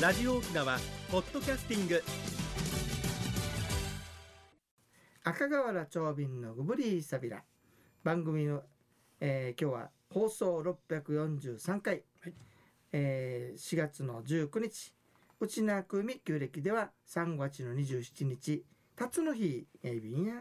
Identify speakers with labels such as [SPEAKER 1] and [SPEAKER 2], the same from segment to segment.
[SPEAKER 1] ラジオ沖縄ポッドキャスティング
[SPEAKER 2] 赤瓦長瓶のグブリーサビラ番組の、えー今日は放送643回、えー4月の19日内名久美旧暦では3月の27日辰の日えー便や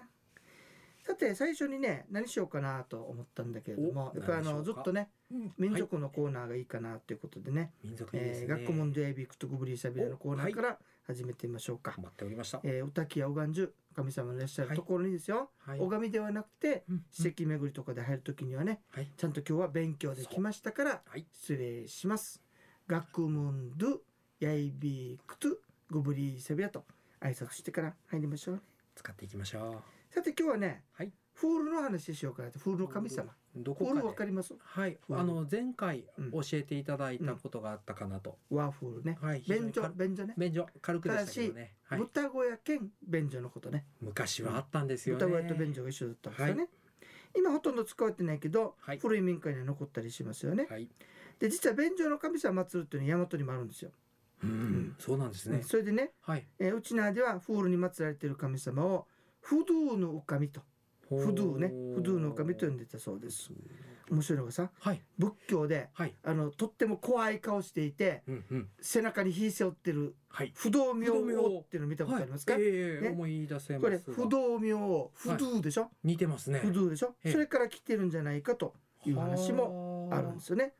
[SPEAKER 2] さて最初にね何しようかなと思ったんだけれども
[SPEAKER 3] お
[SPEAKER 2] やっぱりあの
[SPEAKER 3] 何でし
[SPEAKER 2] ず
[SPEAKER 3] ょう
[SPEAKER 2] っ
[SPEAKER 3] か
[SPEAKER 2] とね
[SPEAKER 3] うん
[SPEAKER 2] 民族のコーナーがいいかなということでね
[SPEAKER 3] 民
[SPEAKER 2] 「
[SPEAKER 3] 族いいです
[SPEAKER 2] え
[SPEAKER 3] ね。
[SPEAKER 2] ー学校問題エビクとグブリーサビラ」のコーナー
[SPEAKER 3] お
[SPEAKER 2] か
[SPEAKER 3] は
[SPEAKER 2] ら始めてみましょうか。
[SPEAKER 3] 待っておりました。
[SPEAKER 2] えー、お滝やおがんじゅう神様のいらっしゃるところにですよ、
[SPEAKER 3] はい
[SPEAKER 2] 拝みではなくて
[SPEAKER 3] うん
[SPEAKER 2] 史跡巡りとかで入る時にはね
[SPEAKER 3] はい。
[SPEAKER 2] ちゃんと今日は勉強できましたから
[SPEAKER 3] はい。
[SPEAKER 2] 失礼します。学問ドやいびくとごぶりせびやと挨拶してから入りましょう。
[SPEAKER 3] 使っていきましょ
[SPEAKER 2] さて今日はね、
[SPEAKER 3] はい
[SPEAKER 2] フールの話しようかなとフールの神様。
[SPEAKER 3] う。ど
[SPEAKER 2] フ
[SPEAKER 3] こ
[SPEAKER 2] ー
[SPEAKER 3] か
[SPEAKER 2] ルわか
[SPEAKER 3] で。
[SPEAKER 2] ります
[SPEAKER 3] はい。
[SPEAKER 2] うん
[SPEAKER 3] あの前回
[SPEAKER 2] うん
[SPEAKER 3] 教えていただいたことがあったかなと。
[SPEAKER 2] ワーフールね。
[SPEAKER 3] はい。
[SPEAKER 2] 便
[SPEAKER 3] 非常
[SPEAKER 2] 所
[SPEAKER 3] に軽
[SPEAKER 2] 便所ね。
[SPEAKER 3] 便所軽くでしたけどね。はい。
[SPEAKER 2] 豚小屋兼便所のことね。
[SPEAKER 3] 昔はあったんですよね。
[SPEAKER 2] 豚小屋と便所が一緒だったんですよね。今ほとんど使われてないけど、
[SPEAKER 3] はい
[SPEAKER 2] 古い民家には残ったりしますよね。
[SPEAKER 3] はい。
[SPEAKER 2] で実は便所の神様祀るっていうのは大和にもあるんですよ。
[SPEAKER 3] うん。そうなんですね。
[SPEAKER 2] それでね、
[SPEAKER 3] はい。
[SPEAKER 2] えー、ウチナーではフールに祀られている神様をフドゥーの神と
[SPEAKER 3] ほー
[SPEAKER 2] フドゥーねフドゥーの神と呼んでたそうです。面白いのがさ
[SPEAKER 3] はい。
[SPEAKER 2] 仏教で
[SPEAKER 3] はい。
[SPEAKER 2] あのとっても怖い顔していて
[SPEAKER 3] うんうん。
[SPEAKER 2] 背中に火背負ってる
[SPEAKER 3] はい。
[SPEAKER 2] 不動明
[SPEAKER 3] 不動明
[SPEAKER 2] 王
[SPEAKER 3] 王
[SPEAKER 2] っていうの見たことありますか、
[SPEAKER 3] はいええ
[SPEAKER 2] ね
[SPEAKER 3] 思い出せます。
[SPEAKER 2] これ不。動明王不動でしょ、
[SPEAKER 3] 似てますね。
[SPEAKER 2] 不動でしょ
[SPEAKER 3] ええ
[SPEAKER 2] それから来てるんじゃないかという話も
[SPEAKER 3] も
[SPEAKER 2] あるんですよね。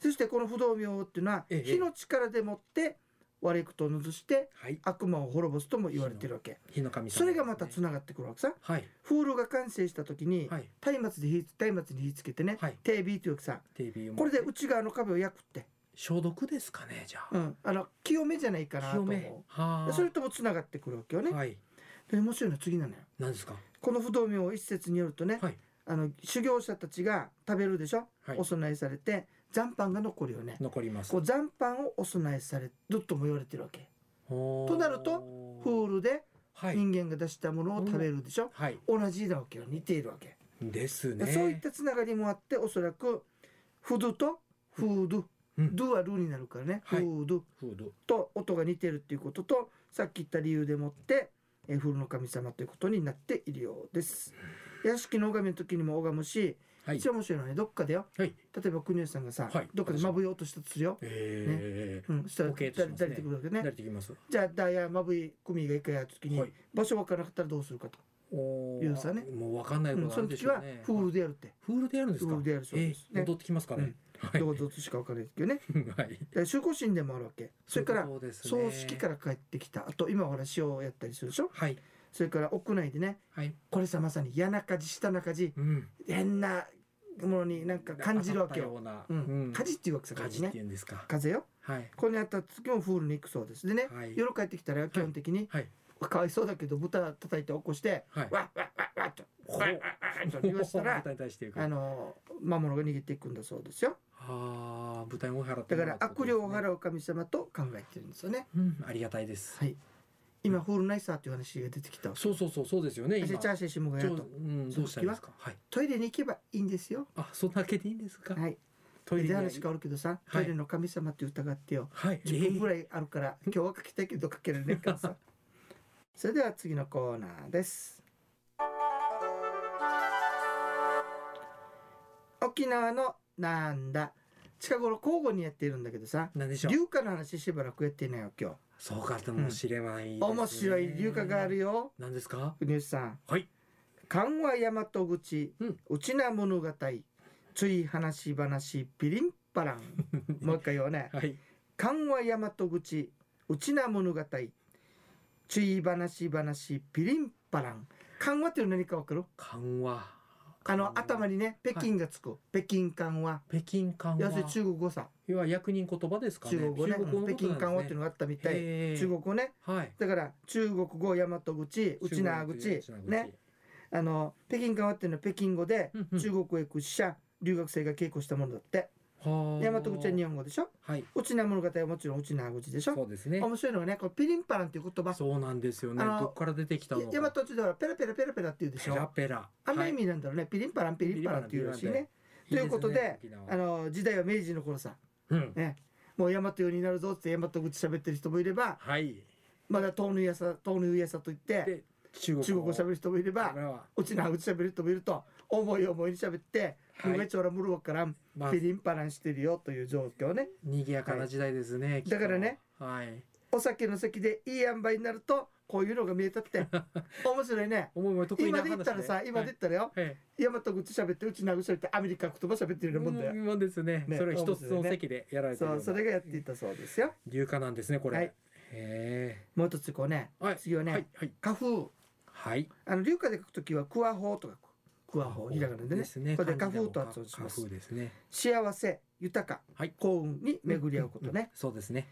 [SPEAKER 2] そしてこの不動明王っていうのは
[SPEAKER 3] ええ
[SPEAKER 2] 火の力でもって悪いことをずして
[SPEAKER 3] はい。
[SPEAKER 2] 悪魔を滅ぼすとも言われてるわけ。
[SPEAKER 3] 火の神様。
[SPEAKER 2] それがまたつながってくるわけさ。
[SPEAKER 3] はい。
[SPEAKER 2] フールが完成した時に、
[SPEAKER 3] はい。
[SPEAKER 2] 松明で火松明に火つけてね、
[SPEAKER 3] はい。
[SPEAKER 2] テービーというかさ
[SPEAKER 3] テレビを
[SPEAKER 2] これで内側の壁を焼くって、
[SPEAKER 3] 消毒ですかねじゃ
[SPEAKER 2] う
[SPEAKER 3] あ、
[SPEAKER 2] ん、あの清めじゃないかなと
[SPEAKER 3] 清め
[SPEAKER 2] 思
[SPEAKER 3] は
[SPEAKER 2] う
[SPEAKER 3] あ
[SPEAKER 2] それともつながってくるわけよね、
[SPEAKER 3] はい
[SPEAKER 2] で面白いのは次なのよ
[SPEAKER 3] 何ですか
[SPEAKER 2] この不動明王一説によるとね、
[SPEAKER 3] はい
[SPEAKER 2] あの修行者たちが食べるでしょ、
[SPEAKER 3] はい
[SPEAKER 2] お供えされて残飯が残るよね
[SPEAKER 3] 残ります
[SPEAKER 2] こう残飯をお供えされるとも言われてるわけと
[SPEAKER 3] と
[SPEAKER 2] なるとフールで
[SPEAKER 3] はい
[SPEAKER 2] 人間が出したものを食べるでしょ、
[SPEAKER 3] はい
[SPEAKER 2] 同じなわけよ似ているわけ
[SPEAKER 3] ですね
[SPEAKER 2] そういったつながりもあっておそらくフドゥとフードゥ、
[SPEAKER 3] うん
[SPEAKER 2] ドゥはルになるからね、
[SPEAKER 3] はい
[SPEAKER 2] フードゥ
[SPEAKER 3] フード
[SPEAKER 2] と音が似てるっていうこととさっき言った理由でもって、えー、フルの神様ということになっているようです屋敷の拝みの時にも拝むし、
[SPEAKER 3] はい
[SPEAKER 2] 一番面白いのはねどっかでよ
[SPEAKER 3] はい
[SPEAKER 2] 例えば国吉さんがさ、
[SPEAKER 3] はい
[SPEAKER 2] どっかでまぶい落としたとするよ、
[SPEAKER 3] え
[SPEAKER 2] うん、そしたら
[SPEAKER 3] ボケーっと
[SPEAKER 2] だだれ
[SPEAKER 3] しますね
[SPEAKER 2] てくるわけ
[SPEAKER 3] え
[SPEAKER 2] ね
[SPEAKER 3] 慣れてきます
[SPEAKER 2] じゃあダイヤまぶい組がいくやつ時に、
[SPEAKER 3] はい
[SPEAKER 2] 場所分からなかったらどうするかと、
[SPEAKER 3] おー
[SPEAKER 2] ユーザーね
[SPEAKER 3] もうわかんない
[SPEAKER 2] う
[SPEAKER 3] こと
[SPEAKER 2] ん、その
[SPEAKER 3] があるでし
[SPEAKER 2] 時
[SPEAKER 3] ょう
[SPEAKER 2] は
[SPEAKER 3] ね
[SPEAKER 2] フールでやるって
[SPEAKER 3] フールでやるんです
[SPEAKER 2] フー
[SPEAKER 3] か
[SPEAKER 2] ルでやるそう
[SPEAKER 3] え
[SPEAKER 2] で
[SPEAKER 3] え
[SPEAKER 2] す、ね
[SPEAKER 3] 戻ってきますかねはい
[SPEAKER 2] どうぞとしか分からないですけどね
[SPEAKER 3] はい
[SPEAKER 2] で宗教心でもあるわけそれから
[SPEAKER 3] そうですね
[SPEAKER 2] 葬式から帰ってきたあと今ほら塩をやったりするでしょ
[SPEAKER 3] はい
[SPEAKER 2] それから屋内でね
[SPEAKER 3] はい
[SPEAKER 2] これさまさに嫌な火事下な火事
[SPEAKER 3] うん
[SPEAKER 2] 変なものになんか感じるわけ
[SPEAKER 3] 当
[SPEAKER 2] よ、
[SPEAKER 3] たった
[SPEAKER 2] う
[SPEAKER 3] よ
[SPEAKER 2] ん
[SPEAKER 3] うな
[SPEAKER 2] 火事っていうわけさ
[SPEAKER 3] 火
[SPEAKER 2] 火
[SPEAKER 3] 事
[SPEAKER 2] 事
[SPEAKER 3] って
[SPEAKER 2] ね
[SPEAKER 3] 言うんですか
[SPEAKER 2] 風よ
[SPEAKER 3] はい
[SPEAKER 2] これにあった時もフールに行くそうですでね、
[SPEAKER 3] はい
[SPEAKER 2] 夜帰ってきたら基本的に、
[SPEAKER 3] はい
[SPEAKER 2] かわいそうだけど豚叩いて起こして、
[SPEAKER 3] はい
[SPEAKER 2] わっわっわっわっと
[SPEAKER 3] ほう
[SPEAKER 2] わっわっわっと言わした ら
[SPEAKER 3] 豚に対して言うか
[SPEAKER 2] あの魔物が逃げていくんだそうですよ
[SPEAKER 3] ああ、舞台を払って
[SPEAKER 2] だから
[SPEAKER 3] も
[SPEAKER 2] ら
[SPEAKER 3] うっ
[SPEAKER 2] 悪
[SPEAKER 3] てことです
[SPEAKER 2] 霊
[SPEAKER 3] ね
[SPEAKER 2] を払う神様と考えてるんですよね
[SPEAKER 3] うん、ありがたいです。
[SPEAKER 2] はい今フールナイサーという話が出てきたわけ
[SPEAKER 3] そうそうそう、そうですよね。
[SPEAKER 2] でチ
[SPEAKER 3] 今。
[SPEAKER 2] ャーシェシモが
[SPEAKER 3] ち
[SPEAKER 2] や
[SPEAKER 3] ょ
[SPEAKER 2] と
[SPEAKER 3] うん、どうしたらいいですか。はい。
[SPEAKER 2] トイレに行けばいいんですよ
[SPEAKER 3] あ、そんだけでいいんですか。
[SPEAKER 2] はい
[SPEAKER 3] トイレ
[SPEAKER 2] で
[SPEAKER 3] に。
[SPEAKER 2] 話変わるけどさ「トイレの神様」って歌があってよ、
[SPEAKER 3] はい。
[SPEAKER 2] 10分ぐ
[SPEAKER 3] らい。
[SPEAKER 2] らいある から今日は書きたいけど書けられないからさそれでは次のコーナーです沖縄のなんだ近頃交互にやっているんだけどさ
[SPEAKER 3] なんでしょう。
[SPEAKER 2] 流花の話しばらくやっていないよ今
[SPEAKER 3] そうかともしれない、
[SPEAKER 2] 日面白い流花がある
[SPEAKER 3] よ。
[SPEAKER 2] よ
[SPEAKER 3] なんですか。
[SPEAKER 2] ニュースさん
[SPEAKER 3] はい。
[SPEAKER 2] 緩和大和口、
[SPEAKER 3] うん
[SPEAKER 2] うちな物語つい話話ピリンパラン もう一回言おうね
[SPEAKER 3] はい。
[SPEAKER 2] 緩和大和口うちな物語注意話話ピリンパラン緩和っていうの何かわかる
[SPEAKER 3] 緩和。
[SPEAKER 2] あ
[SPEAKER 3] 緩
[SPEAKER 2] の
[SPEAKER 3] 和
[SPEAKER 2] 頭。にね北京がつく、北京緩和
[SPEAKER 3] 北京緩和。
[SPEAKER 2] 要するに中国語さ
[SPEAKER 3] 要は役人言葉ですかね。
[SPEAKER 2] 中国語ね
[SPEAKER 3] 語の
[SPEAKER 2] うん北京緩和っていうの
[SPEAKER 3] の
[SPEAKER 2] があったみ
[SPEAKER 3] こと
[SPEAKER 2] た
[SPEAKER 3] なんですね。
[SPEAKER 2] い
[SPEAKER 3] へー
[SPEAKER 2] 中国語ね
[SPEAKER 3] はい。
[SPEAKER 2] だから中国語大和口うちな口
[SPEAKER 3] 内縄
[SPEAKER 2] ね。あの北京緩和っていうのは北京語で、
[SPEAKER 3] うんうん
[SPEAKER 2] 中国へ行く死者留学生が稽古したものだって
[SPEAKER 3] はあ。
[SPEAKER 2] 大和口は日本語でしょ
[SPEAKER 3] はい。
[SPEAKER 2] うちな物語はもちろんうちな口でしょ
[SPEAKER 3] そうですね。
[SPEAKER 2] 面白いのはねこのピリンパランっていう言葉
[SPEAKER 3] そうなんですよね。
[SPEAKER 2] あの
[SPEAKER 3] どっから出てきたのか。
[SPEAKER 2] 大和口ではペラペラペラペラって言うでし
[SPEAKER 3] ペラ
[SPEAKER 2] ょ
[SPEAKER 3] ペラ。
[SPEAKER 2] あんな
[SPEAKER 3] はい
[SPEAKER 2] 意味なんだろうね、ピリンパランピリンパランっていうらしいね
[SPEAKER 3] ピリンパラン
[SPEAKER 2] ということで
[SPEAKER 3] いいすね沖縄
[SPEAKER 2] あの時代は明治の頃さ
[SPEAKER 3] うん
[SPEAKER 2] ねもう大和用になるぞって大和口喋ってる人もいれば
[SPEAKER 3] はい。
[SPEAKER 2] まだ東南やさ東南やさと言って
[SPEAKER 3] で、中国
[SPEAKER 2] 中国語喋る人もいれば
[SPEAKER 3] これは
[SPEAKER 2] うちなうち喋る人もいると思い思いに喋って「
[SPEAKER 3] はい
[SPEAKER 2] めちょらむるわからん
[SPEAKER 3] まあ
[SPEAKER 2] ピリンパランしてるよ」という状況ね
[SPEAKER 3] 賑やかな時代ですね。きっと
[SPEAKER 2] だからね。
[SPEAKER 3] はい。
[SPEAKER 2] お酒の席でいい塩梅になるとこういうのが見えたって 面白いね
[SPEAKER 3] 思いも得意
[SPEAKER 2] 今
[SPEAKER 3] な話
[SPEAKER 2] で言ったらさ今で言ったらよ
[SPEAKER 3] はいはい。
[SPEAKER 2] 大和口喋ってうちなぐしゃってアメリカ言葉喋ってるようなもんだよ
[SPEAKER 3] もんですね。
[SPEAKER 2] ね
[SPEAKER 3] それが一つの席でやられて
[SPEAKER 2] そ
[SPEAKER 3] るよう
[SPEAKER 2] う
[SPEAKER 3] な
[SPEAKER 2] それがやっていたそうですよ
[SPEAKER 3] 流化なんですねこれ。
[SPEAKER 2] はい
[SPEAKER 3] へえ。
[SPEAKER 2] もう一つこうね
[SPEAKER 3] はい。
[SPEAKER 2] 次はね、
[SPEAKER 3] はいはい
[SPEAKER 2] 花粉
[SPEAKER 3] はい。
[SPEAKER 2] あの流化で書くときはクワホとかクワホひらがなでね
[SPEAKER 3] すね
[SPEAKER 2] これで
[SPEAKER 3] 漢字
[SPEAKER 2] 花粉と
[SPEAKER 3] も
[SPEAKER 2] 発音します
[SPEAKER 3] 花粉ですね。
[SPEAKER 2] 幸せ豊か、
[SPEAKER 3] はい
[SPEAKER 2] 幸運に巡り合うことね、
[SPEAKER 3] ん。そうですね。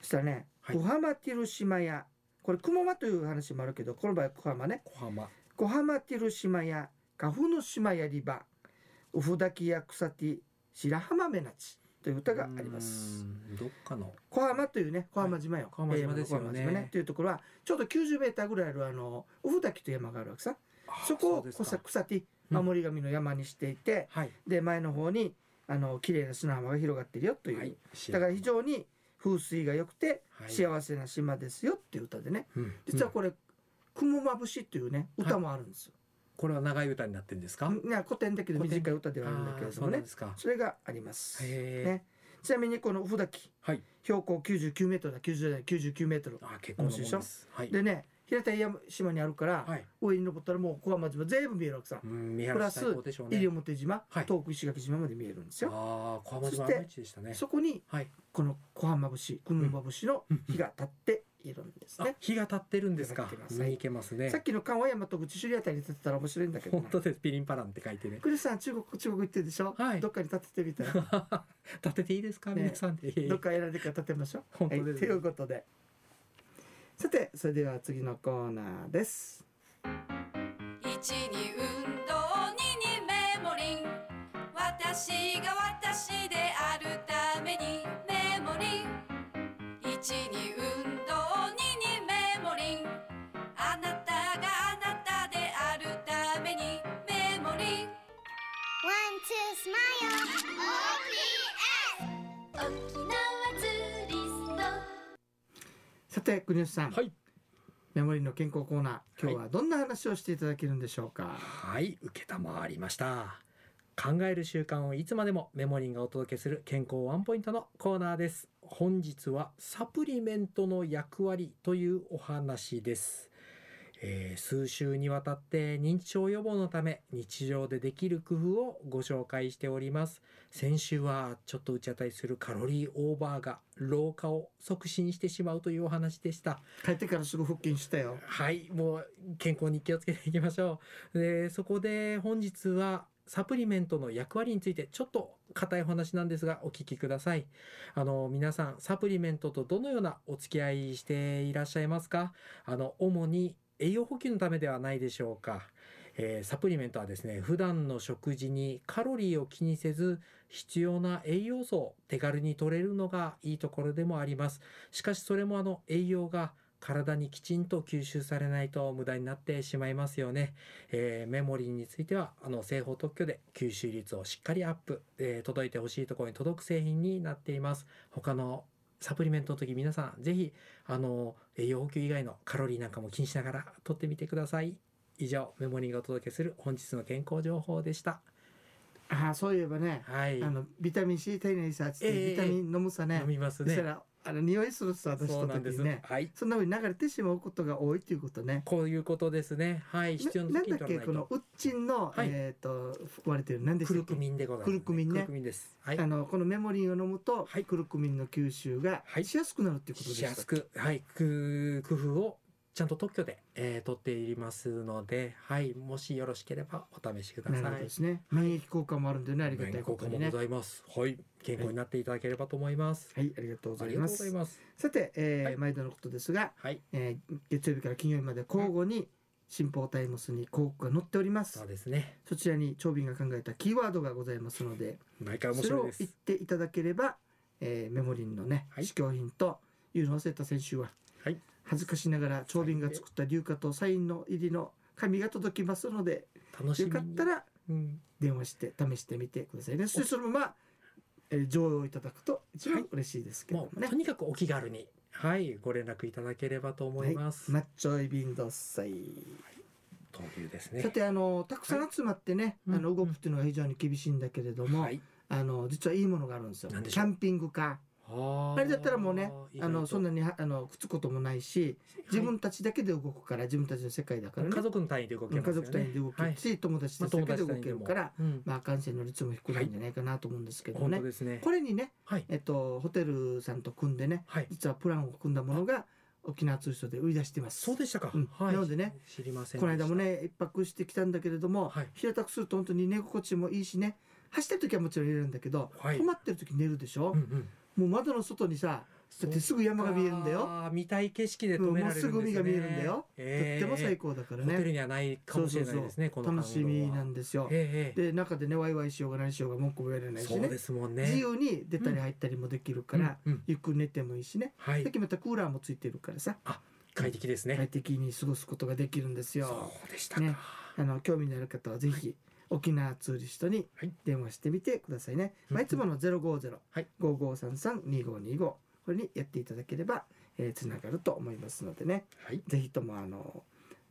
[SPEAKER 2] そしたらね「
[SPEAKER 3] はい
[SPEAKER 2] 小浜テ島屋」これ「雲間」という話もあるけどこの場合は小浜ね
[SPEAKER 3] 小浜。
[SPEAKER 2] 「小浜テ島屋」「花粉の島やり場」「うふだきや草木白浜目なち」という歌がありま
[SPEAKER 3] う
[SPEAKER 2] す。
[SPEAKER 3] ん。どっかの
[SPEAKER 2] 小浜というね小浜島よ、
[SPEAKER 3] 小浜島ですよね
[SPEAKER 2] 小浜島というところはちょうど90メーターぐらいあるあのウフダキという山があるわけさ
[SPEAKER 3] あ
[SPEAKER 2] そこを
[SPEAKER 3] うです
[SPEAKER 2] 小さ
[SPEAKER 3] か
[SPEAKER 2] 草木守り神の山にしていて、
[SPEAKER 3] はい。
[SPEAKER 2] で前の方にあの綺麗な砂浜が広がってるよという、
[SPEAKER 3] はい。
[SPEAKER 2] だから非
[SPEAKER 3] に
[SPEAKER 2] 常に風水が良くて
[SPEAKER 3] はい
[SPEAKER 2] 幸せな島ですよっていう歌でね、実
[SPEAKER 3] 実
[SPEAKER 2] は
[SPEAKER 3] は
[SPEAKER 2] これ「雲まぶし」っていうね歌もあるんですよ、
[SPEAKER 3] これは長い歌になってるんですか。
[SPEAKER 2] ね古典だけど
[SPEAKER 3] 古典
[SPEAKER 2] 短い歌ではあるんだけれ
[SPEAKER 3] あー
[SPEAKER 2] ど
[SPEAKER 3] そ
[SPEAKER 2] も
[SPEAKER 3] うなん
[SPEAKER 2] ね
[SPEAKER 3] ですか。
[SPEAKER 2] それがあります、
[SPEAKER 3] へえ。
[SPEAKER 2] ね、ちなみにこの「ふだき
[SPEAKER 3] はい。」
[SPEAKER 2] 標高99メートルだ90だ99メートル
[SPEAKER 3] あ結構のもんです。はい。
[SPEAKER 2] でね平たい山島にあるから、
[SPEAKER 3] はい。
[SPEAKER 2] 上に登ったらもう小浜島全部見えるわけさ
[SPEAKER 3] う、ん見晴
[SPEAKER 2] プラ
[SPEAKER 3] らし
[SPEAKER 2] ス
[SPEAKER 3] 最高でしょうね
[SPEAKER 2] 西。表島、
[SPEAKER 3] はい
[SPEAKER 2] 遠く石垣島まで見えるんですよ、
[SPEAKER 3] ああ小浜
[SPEAKER 2] そし
[SPEAKER 3] 島
[SPEAKER 2] て
[SPEAKER 3] の位置でしたね。
[SPEAKER 2] そこに
[SPEAKER 3] はい。
[SPEAKER 2] この小浜節雲まぶしの
[SPEAKER 3] うん
[SPEAKER 2] 日が立っているんです
[SPEAKER 3] あ
[SPEAKER 2] ね、
[SPEAKER 3] 日が立ってるんですか
[SPEAKER 2] 日が立ってます。
[SPEAKER 3] 見に行けますね
[SPEAKER 2] さ。っきの関和山と口首里あたりに立ってたら面白いんだけど
[SPEAKER 3] 本
[SPEAKER 2] な
[SPEAKER 3] 当です。ピリンパランって書 いてね。
[SPEAKER 2] クリスさん中国中国行ってるでしょ、
[SPEAKER 3] はい
[SPEAKER 2] どっかに立ててみたいな
[SPEAKER 3] 立てていいですか、
[SPEAKER 2] ね
[SPEAKER 3] 皆さんで。
[SPEAKER 2] どっか選んでから立てましょう
[SPEAKER 3] 本当
[SPEAKER 2] はい、
[SPEAKER 3] です
[SPEAKER 2] と
[SPEAKER 3] ね、
[SPEAKER 2] いうことでさてそれでは次のコーナーです
[SPEAKER 4] 一に運動二にメモリン私が私であるためにメモリン一に運動二にメモリンあなたがあなたであるためにメモリン
[SPEAKER 5] One, two, smile. OPS.
[SPEAKER 4] 沖縄ツーリスト
[SPEAKER 2] さて国吉さん、
[SPEAKER 3] はい。
[SPEAKER 2] メモリーの健康コーナー今日はどんな話をしていただけるんでしょうか、
[SPEAKER 3] はい。受けたまわりました。考える習慣をいつまでもメモリンがお届けする健康ワンポイントのコーナーです。本日はサプリメントの役割というお話です。えー数週にわたって認知症予防のため日常でできる工夫をご紹介しております。先週はちょっと打ち当たりするカロリーオーバーが老化を促進してしまうというお話でした。
[SPEAKER 2] 帰ってからすぐ復勤したよ
[SPEAKER 3] はい、もう健康に気をつけていきましょう。で、そこで本日はサプリメントの役割についてちょっと硬いお話なんですがお聞きください。あの、皆さんサプリメントとどのようなお付き合いしていらっしゃいますかあの、主に栄養補給のためではないでしょうか。えーサプリメントはですね、普段の食事にカロリーを気にせず必要な栄養素を手軽に取れるのがいいところでもあります。しかしそれもあの栄養が体にきちんと吸収されないと無駄になってしまいますよね。えーメモリーについてはあの製法特許で吸収率をしっかりアップ、えー届いてほしいところに届く製品になっています。他のサプリメントの時皆さんぜひあの栄養補給以外のカロリーなんかも気にしながら取ってみてください。以上メモリーがお届けする本日の健康情報でした。
[SPEAKER 2] ああそういえばね、
[SPEAKER 3] はい。
[SPEAKER 2] あのビタミン C 体内リサーチって
[SPEAKER 3] ええ
[SPEAKER 2] ビタミン飲むさね
[SPEAKER 3] 飲、みます
[SPEAKER 2] そし
[SPEAKER 3] ね
[SPEAKER 2] た。らあの匂いするさ出し
[SPEAKER 3] そう
[SPEAKER 2] た
[SPEAKER 3] なん
[SPEAKER 2] 時
[SPEAKER 3] です。
[SPEAKER 2] にね
[SPEAKER 3] はい。
[SPEAKER 2] そんな風に流れてしまうことが多いということね。
[SPEAKER 3] こういうことですね。はい。必要
[SPEAKER 2] なな
[SPEAKER 3] な
[SPEAKER 2] ん
[SPEAKER 3] 時
[SPEAKER 2] だ
[SPEAKER 3] に
[SPEAKER 2] っ
[SPEAKER 3] 取
[SPEAKER 2] け
[SPEAKER 3] らない。
[SPEAKER 2] ことのウッチンの、
[SPEAKER 3] はい
[SPEAKER 2] えっ、と含まれてる何でし
[SPEAKER 3] ク
[SPEAKER 2] たっ
[SPEAKER 3] ル
[SPEAKER 2] け
[SPEAKER 3] クミンでございます、
[SPEAKER 2] クルクミンね
[SPEAKER 3] クルクミンです。はい。
[SPEAKER 2] あのこのメモリンを飲むと、
[SPEAKER 3] はい
[SPEAKER 2] クルクミンの吸収が
[SPEAKER 3] はい
[SPEAKER 2] しやすくなるっていうことで
[SPEAKER 3] し
[SPEAKER 2] す
[SPEAKER 3] やすく、はい、く工夫をちゃんと特許で、えー、取っていますので、はい、もしよろしければお試しくだ
[SPEAKER 2] な
[SPEAKER 3] さ
[SPEAKER 2] るほど
[SPEAKER 3] い
[SPEAKER 2] で。すね。免疫効果もあるんでねありがたいこと
[SPEAKER 3] 効果
[SPEAKER 2] に
[SPEAKER 3] も
[SPEAKER 2] ね。
[SPEAKER 3] ご
[SPEAKER 2] は
[SPEAKER 3] ざいます。はい、健康になっていただければと思います。
[SPEAKER 2] いありがとうご
[SPEAKER 3] あ
[SPEAKER 2] ざい
[SPEAKER 3] りが
[SPEAKER 2] ま
[SPEAKER 3] とうご
[SPEAKER 2] す。
[SPEAKER 3] ざいます。
[SPEAKER 2] さて、えー
[SPEAKER 3] はい
[SPEAKER 2] 毎度のことですが、
[SPEAKER 3] はい、
[SPEAKER 2] えー月曜日から金曜日まで交互に新報タイムスに広告が載っております
[SPEAKER 3] そう。ですね。
[SPEAKER 2] そちらに長瓶が考えたキーワードがございますので、
[SPEAKER 3] 毎回
[SPEAKER 2] そ
[SPEAKER 3] 面
[SPEAKER 2] れ
[SPEAKER 3] 白い
[SPEAKER 2] を
[SPEAKER 3] です
[SPEAKER 2] 言っ。ていただければ、えーメモリンのね、
[SPEAKER 3] はい
[SPEAKER 2] 試供品というのを忘れた先週は、
[SPEAKER 3] はい
[SPEAKER 2] 恥ずかしながら長瓶が作った硫化とサインの入りの紙が届きますので
[SPEAKER 3] 楽し
[SPEAKER 2] よ
[SPEAKER 3] みに。
[SPEAKER 2] かったら
[SPEAKER 3] うん、
[SPEAKER 2] 電話して試してみてくださいねそしてそのままえー上映をいただくと一番嬉しいですけど
[SPEAKER 3] も
[SPEAKER 2] も
[SPEAKER 3] う、
[SPEAKER 2] ね
[SPEAKER 3] と。にかくお気軽に、はい、ご連絡いただければと思います。
[SPEAKER 2] マッチョイビンドッサイ。
[SPEAKER 3] というです
[SPEAKER 2] さ
[SPEAKER 3] ね。
[SPEAKER 2] てあのたくさん集まってね、
[SPEAKER 3] はい
[SPEAKER 2] あの動くっていうのが非常に厳しいんだけれども、
[SPEAKER 3] はい。
[SPEAKER 2] あの実はいいものがあるんですよ。キ
[SPEAKER 3] 何でしょう
[SPEAKER 2] ャンピングカ
[SPEAKER 3] あ
[SPEAKER 2] ー。
[SPEAKER 3] ー
[SPEAKER 2] あれだったらもうね、あのそんな
[SPEAKER 3] 意
[SPEAKER 2] にはあのくっつくこともないし、
[SPEAKER 3] 外と
[SPEAKER 2] 自分たちだけで動くから自分たちの世界だからね。
[SPEAKER 3] 家族の単位で動けます
[SPEAKER 2] 家
[SPEAKER 3] よね。
[SPEAKER 2] 族単位で動け
[SPEAKER 3] は
[SPEAKER 2] る
[SPEAKER 3] い
[SPEAKER 2] し、友達
[SPEAKER 3] ま
[SPEAKER 2] と世
[SPEAKER 3] あ友
[SPEAKER 2] 界で動
[SPEAKER 3] 達単位
[SPEAKER 2] け
[SPEAKER 3] で
[SPEAKER 2] る
[SPEAKER 3] も
[SPEAKER 2] から、
[SPEAKER 3] うん
[SPEAKER 2] まあ感染の率も低いんじゃないかなと思うんですけど
[SPEAKER 3] 本
[SPEAKER 2] ね。
[SPEAKER 3] 当ですね。
[SPEAKER 2] これにね、
[SPEAKER 3] はい。
[SPEAKER 2] えっとホテルさんと組んでね、
[SPEAKER 3] はい。
[SPEAKER 2] 実はプランを組んだものが沖縄通商で売り出してます。
[SPEAKER 3] そうでしたか。
[SPEAKER 2] うん
[SPEAKER 3] はい。
[SPEAKER 2] なのでね、
[SPEAKER 3] 知りませんでした。
[SPEAKER 2] この間もね一泊してきたんだけれども、
[SPEAKER 3] はい
[SPEAKER 2] 平たくすると本当に寝心地もいいしね走ってる時はもちろん寝れるんだけど、
[SPEAKER 3] はい
[SPEAKER 2] 止まってる時寝るでしょ、
[SPEAKER 3] うんうん。
[SPEAKER 2] もう窓の外にさだってすぐ山が見えるんだよ、
[SPEAKER 3] あー。見たい景色で止められるんですね。
[SPEAKER 2] うんもうすぐ海が見えるんだよ
[SPEAKER 3] えー
[SPEAKER 2] とっても最高だから
[SPEAKER 3] ホテル
[SPEAKER 2] ね
[SPEAKER 3] にはないかもしれないですね。この感動
[SPEAKER 2] 楽
[SPEAKER 3] は
[SPEAKER 2] しみなんですよ、
[SPEAKER 3] ええ
[SPEAKER 2] で中でねワイワイしようが何しようが文句も言われないし
[SPEAKER 3] そう
[SPEAKER 2] ね
[SPEAKER 3] ですもんね。
[SPEAKER 2] 自由に出たり入ったりもできるから、
[SPEAKER 3] うんうん
[SPEAKER 2] ゆっくり寝てもいいしね、
[SPEAKER 3] はい
[SPEAKER 2] さっ。きまたクーラーもついてるからさ
[SPEAKER 3] 快適です
[SPEAKER 2] 快
[SPEAKER 3] ね。
[SPEAKER 2] 適に過ごすことができるんですよ。
[SPEAKER 3] そうでしたか。
[SPEAKER 2] ねあの興味のある方はぜひ沖縄ツーリストに
[SPEAKER 3] はい
[SPEAKER 2] 電話してみてくださいね。
[SPEAKER 3] うん
[SPEAKER 2] まあ、いつもの050、
[SPEAKER 3] はい
[SPEAKER 2] 5533-2525これにやっていただければ、えー、つながると思いますのでね
[SPEAKER 3] はい。
[SPEAKER 2] ぜひともあの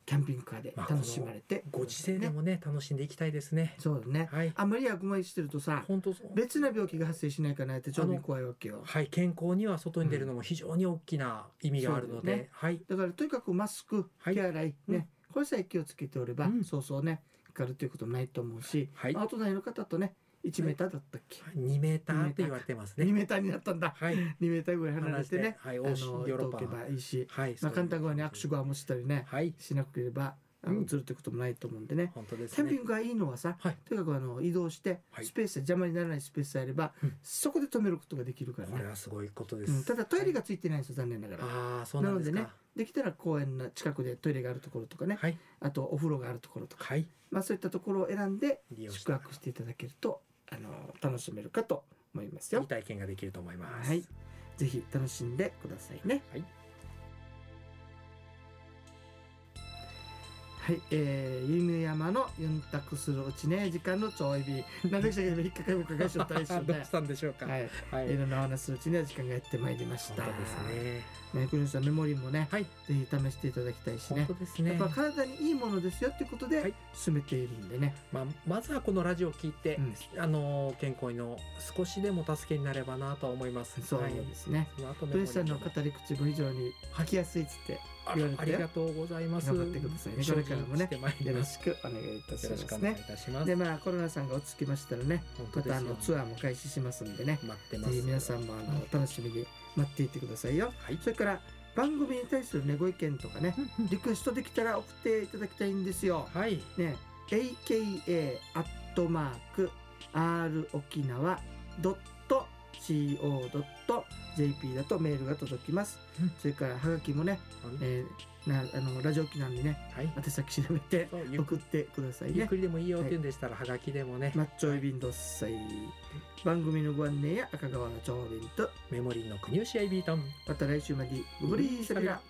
[SPEAKER 2] キャンピングカーで楽しまれて、
[SPEAKER 3] ご時世で
[SPEAKER 2] ね
[SPEAKER 3] もね、楽しんでいきたいですね。
[SPEAKER 2] そうだね、
[SPEAKER 3] はい。
[SPEAKER 2] あんまり悪魔してるとさ
[SPEAKER 3] 本当そう。
[SPEAKER 2] 別な病気が発生しないかなって超怖いわけよ。
[SPEAKER 3] はい、健康には外に出るのも非常に大きな意味がある
[SPEAKER 2] そ
[SPEAKER 3] ので、
[SPEAKER 2] うだよね
[SPEAKER 3] はい。
[SPEAKER 2] だからとにかくマスク
[SPEAKER 3] はい
[SPEAKER 2] 手洗い、
[SPEAKER 3] うん
[SPEAKER 2] ねこれさえ気をつけておれば、
[SPEAKER 3] うん
[SPEAKER 2] そうそうねかかるということもないと思うし、
[SPEAKER 3] はい
[SPEAKER 2] まあ、お隣の方とね1メーターだったっけ、
[SPEAKER 3] 2メーターって言われてます
[SPEAKER 2] 2
[SPEAKER 3] ね。
[SPEAKER 2] メーターになったんだ。
[SPEAKER 3] はい。
[SPEAKER 2] 2メーターぐらい離
[SPEAKER 3] 離
[SPEAKER 2] れ
[SPEAKER 3] して
[SPEAKER 2] て
[SPEAKER 3] ね
[SPEAKER 2] ね、、
[SPEAKER 3] はい、
[SPEAKER 2] あ
[SPEAKER 3] 欧
[SPEAKER 2] の、
[SPEAKER 3] 州、ヨーロッ
[SPEAKER 2] やって
[SPEAKER 3] パ
[SPEAKER 2] おけ
[SPEAKER 3] は。
[SPEAKER 2] ばいいし、
[SPEAKER 3] はい。
[SPEAKER 2] まあ、
[SPEAKER 3] そうい
[SPEAKER 2] 簡
[SPEAKER 3] う
[SPEAKER 2] 単側に握手側もしたりね、
[SPEAKER 3] はい。
[SPEAKER 2] しなければ、あの、
[SPEAKER 3] うん
[SPEAKER 2] 映るってこともないと思うんでね。
[SPEAKER 3] 本当で
[SPEAKER 2] キ
[SPEAKER 3] す
[SPEAKER 2] ャンピ
[SPEAKER 3] ね
[SPEAKER 2] ン。グがいいのはさ、
[SPEAKER 3] はい。
[SPEAKER 2] とにかくあの移動して
[SPEAKER 3] はい
[SPEAKER 2] スペースで邪魔にならないスペースであれば、
[SPEAKER 3] うん
[SPEAKER 2] そこで止めることができるから
[SPEAKER 3] これ
[SPEAKER 2] ね、
[SPEAKER 3] はすごいことで
[SPEAKER 2] うん
[SPEAKER 3] す。
[SPEAKER 2] ただトイレがついてないんですよ残念ながら
[SPEAKER 3] はい。ああ、そう
[SPEAKER 2] な
[SPEAKER 3] なん
[SPEAKER 2] の
[SPEAKER 3] です
[SPEAKER 2] で
[SPEAKER 3] か。
[SPEAKER 2] ねできたら公園の近くでトイレがあるところとかね、
[SPEAKER 3] はい。
[SPEAKER 2] あとお風呂があるところとか、
[SPEAKER 3] はい。
[SPEAKER 2] まあ、そういったところを選んで
[SPEAKER 3] 利用し
[SPEAKER 2] 宿
[SPEAKER 3] て。
[SPEAKER 2] 泊していただけるとあの楽しめるかと思います
[SPEAKER 3] い
[SPEAKER 2] よ
[SPEAKER 3] い。体験ができると思います。
[SPEAKER 2] はい。ぜひ楽しんでくださいね。
[SPEAKER 3] はい。
[SPEAKER 2] はい、えー、弓山のユンタクするうちね、時間のちょいび。なんでしたっけ、引っかかるかがしょ大将
[SPEAKER 3] どう
[SPEAKER 2] ね
[SPEAKER 3] し。たんでしょうか。
[SPEAKER 2] はい、、
[SPEAKER 3] はい
[SPEAKER 2] ろんなお話するうちには時間がやってまいりまし
[SPEAKER 3] 本
[SPEAKER 2] た。
[SPEAKER 3] 当です。ね。
[SPEAKER 2] ね、国吉さん、メモリーもね、
[SPEAKER 3] はい。
[SPEAKER 2] ぜひ試していただきたいし
[SPEAKER 3] 本
[SPEAKER 2] ね
[SPEAKER 3] 当。ですね
[SPEAKER 2] やっ。ぱ体にいいものですよっていうこと
[SPEAKER 3] は
[SPEAKER 2] で
[SPEAKER 3] い
[SPEAKER 2] 進めているんでね、
[SPEAKER 3] まあ、まずはこのラジオを聞いて、
[SPEAKER 2] うん
[SPEAKER 3] あの健康の少しでも助けになればなとは思います。
[SPEAKER 2] そう
[SPEAKER 3] はい。
[SPEAKER 2] ですね
[SPEAKER 3] その後メ
[SPEAKER 2] プ
[SPEAKER 3] モ
[SPEAKER 2] レ
[SPEAKER 3] リ
[SPEAKER 2] ッシャー
[SPEAKER 3] ー
[SPEAKER 2] の
[SPEAKER 3] も
[SPEAKER 2] 語り口も非常に吐きやすいっつって
[SPEAKER 3] あ
[SPEAKER 2] 言われ
[SPEAKER 3] ら
[SPEAKER 2] て
[SPEAKER 3] ありがとうございます。
[SPEAKER 2] 頑張ってくださいねこれからもね
[SPEAKER 3] 精進してまいり
[SPEAKER 2] よ
[SPEAKER 3] ま
[SPEAKER 2] ろ
[SPEAKER 3] す
[SPEAKER 2] しくお願いいたし
[SPEAKER 3] よろ
[SPEAKER 2] ま
[SPEAKER 3] しくお
[SPEAKER 2] す
[SPEAKER 3] 願いい
[SPEAKER 2] ね。
[SPEAKER 3] たします。
[SPEAKER 2] でまあコロナさんが落ち着きましたらね
[SPEAKER 3] 本当
[SPEAKER 2] ま
[SPEAKER 3] ですよ
[SPEAKER 2] たあのツアーも開始しますんでね
[SPEAKER 3] 待ってま
[SPEAKER 2] ぜ
[SPEAKER 3] す。
[SPEAKER 2] ひ皆さんもあの楽しみに待っていてくださいよ。
[SPEAKER 3] はい。
[SPEAKER 2] それから番組に対するねご意見とかね
[SPEAKER 3] うんうん
[SPEAKER 2] リクエストできたら送っていただきたいんですよ。
[SPEAKER 3] はい。
[SPEAKER 2] ね aka アットマーク r 沖縄ドット co ドット jp だとメールが届きます
[SPEAKER 3] うん。
[SPEAKER 2] それからはがきもね、えーなあのラジオ機なんでね
[SPEAKER 3] はい。
[SPEAKER 2] 宛先調べて
[SPEAKER 3] そうゆっ
[SPEAKER 2] 送ってください
[SPEAKER 3] ゆっ
[SPEAKER 2] ね
[SPEAKER 3] く。りでもいいよって言うんでしたら、はがきでもね、
[SPEAKER 2] マッチョイビンドッサイ番組のご案内や赤川の長弁と
[SPEAKER 3] メモリーの国吉アイビータウン。
[SPEAKER 2] また来週までごぶりーさびら。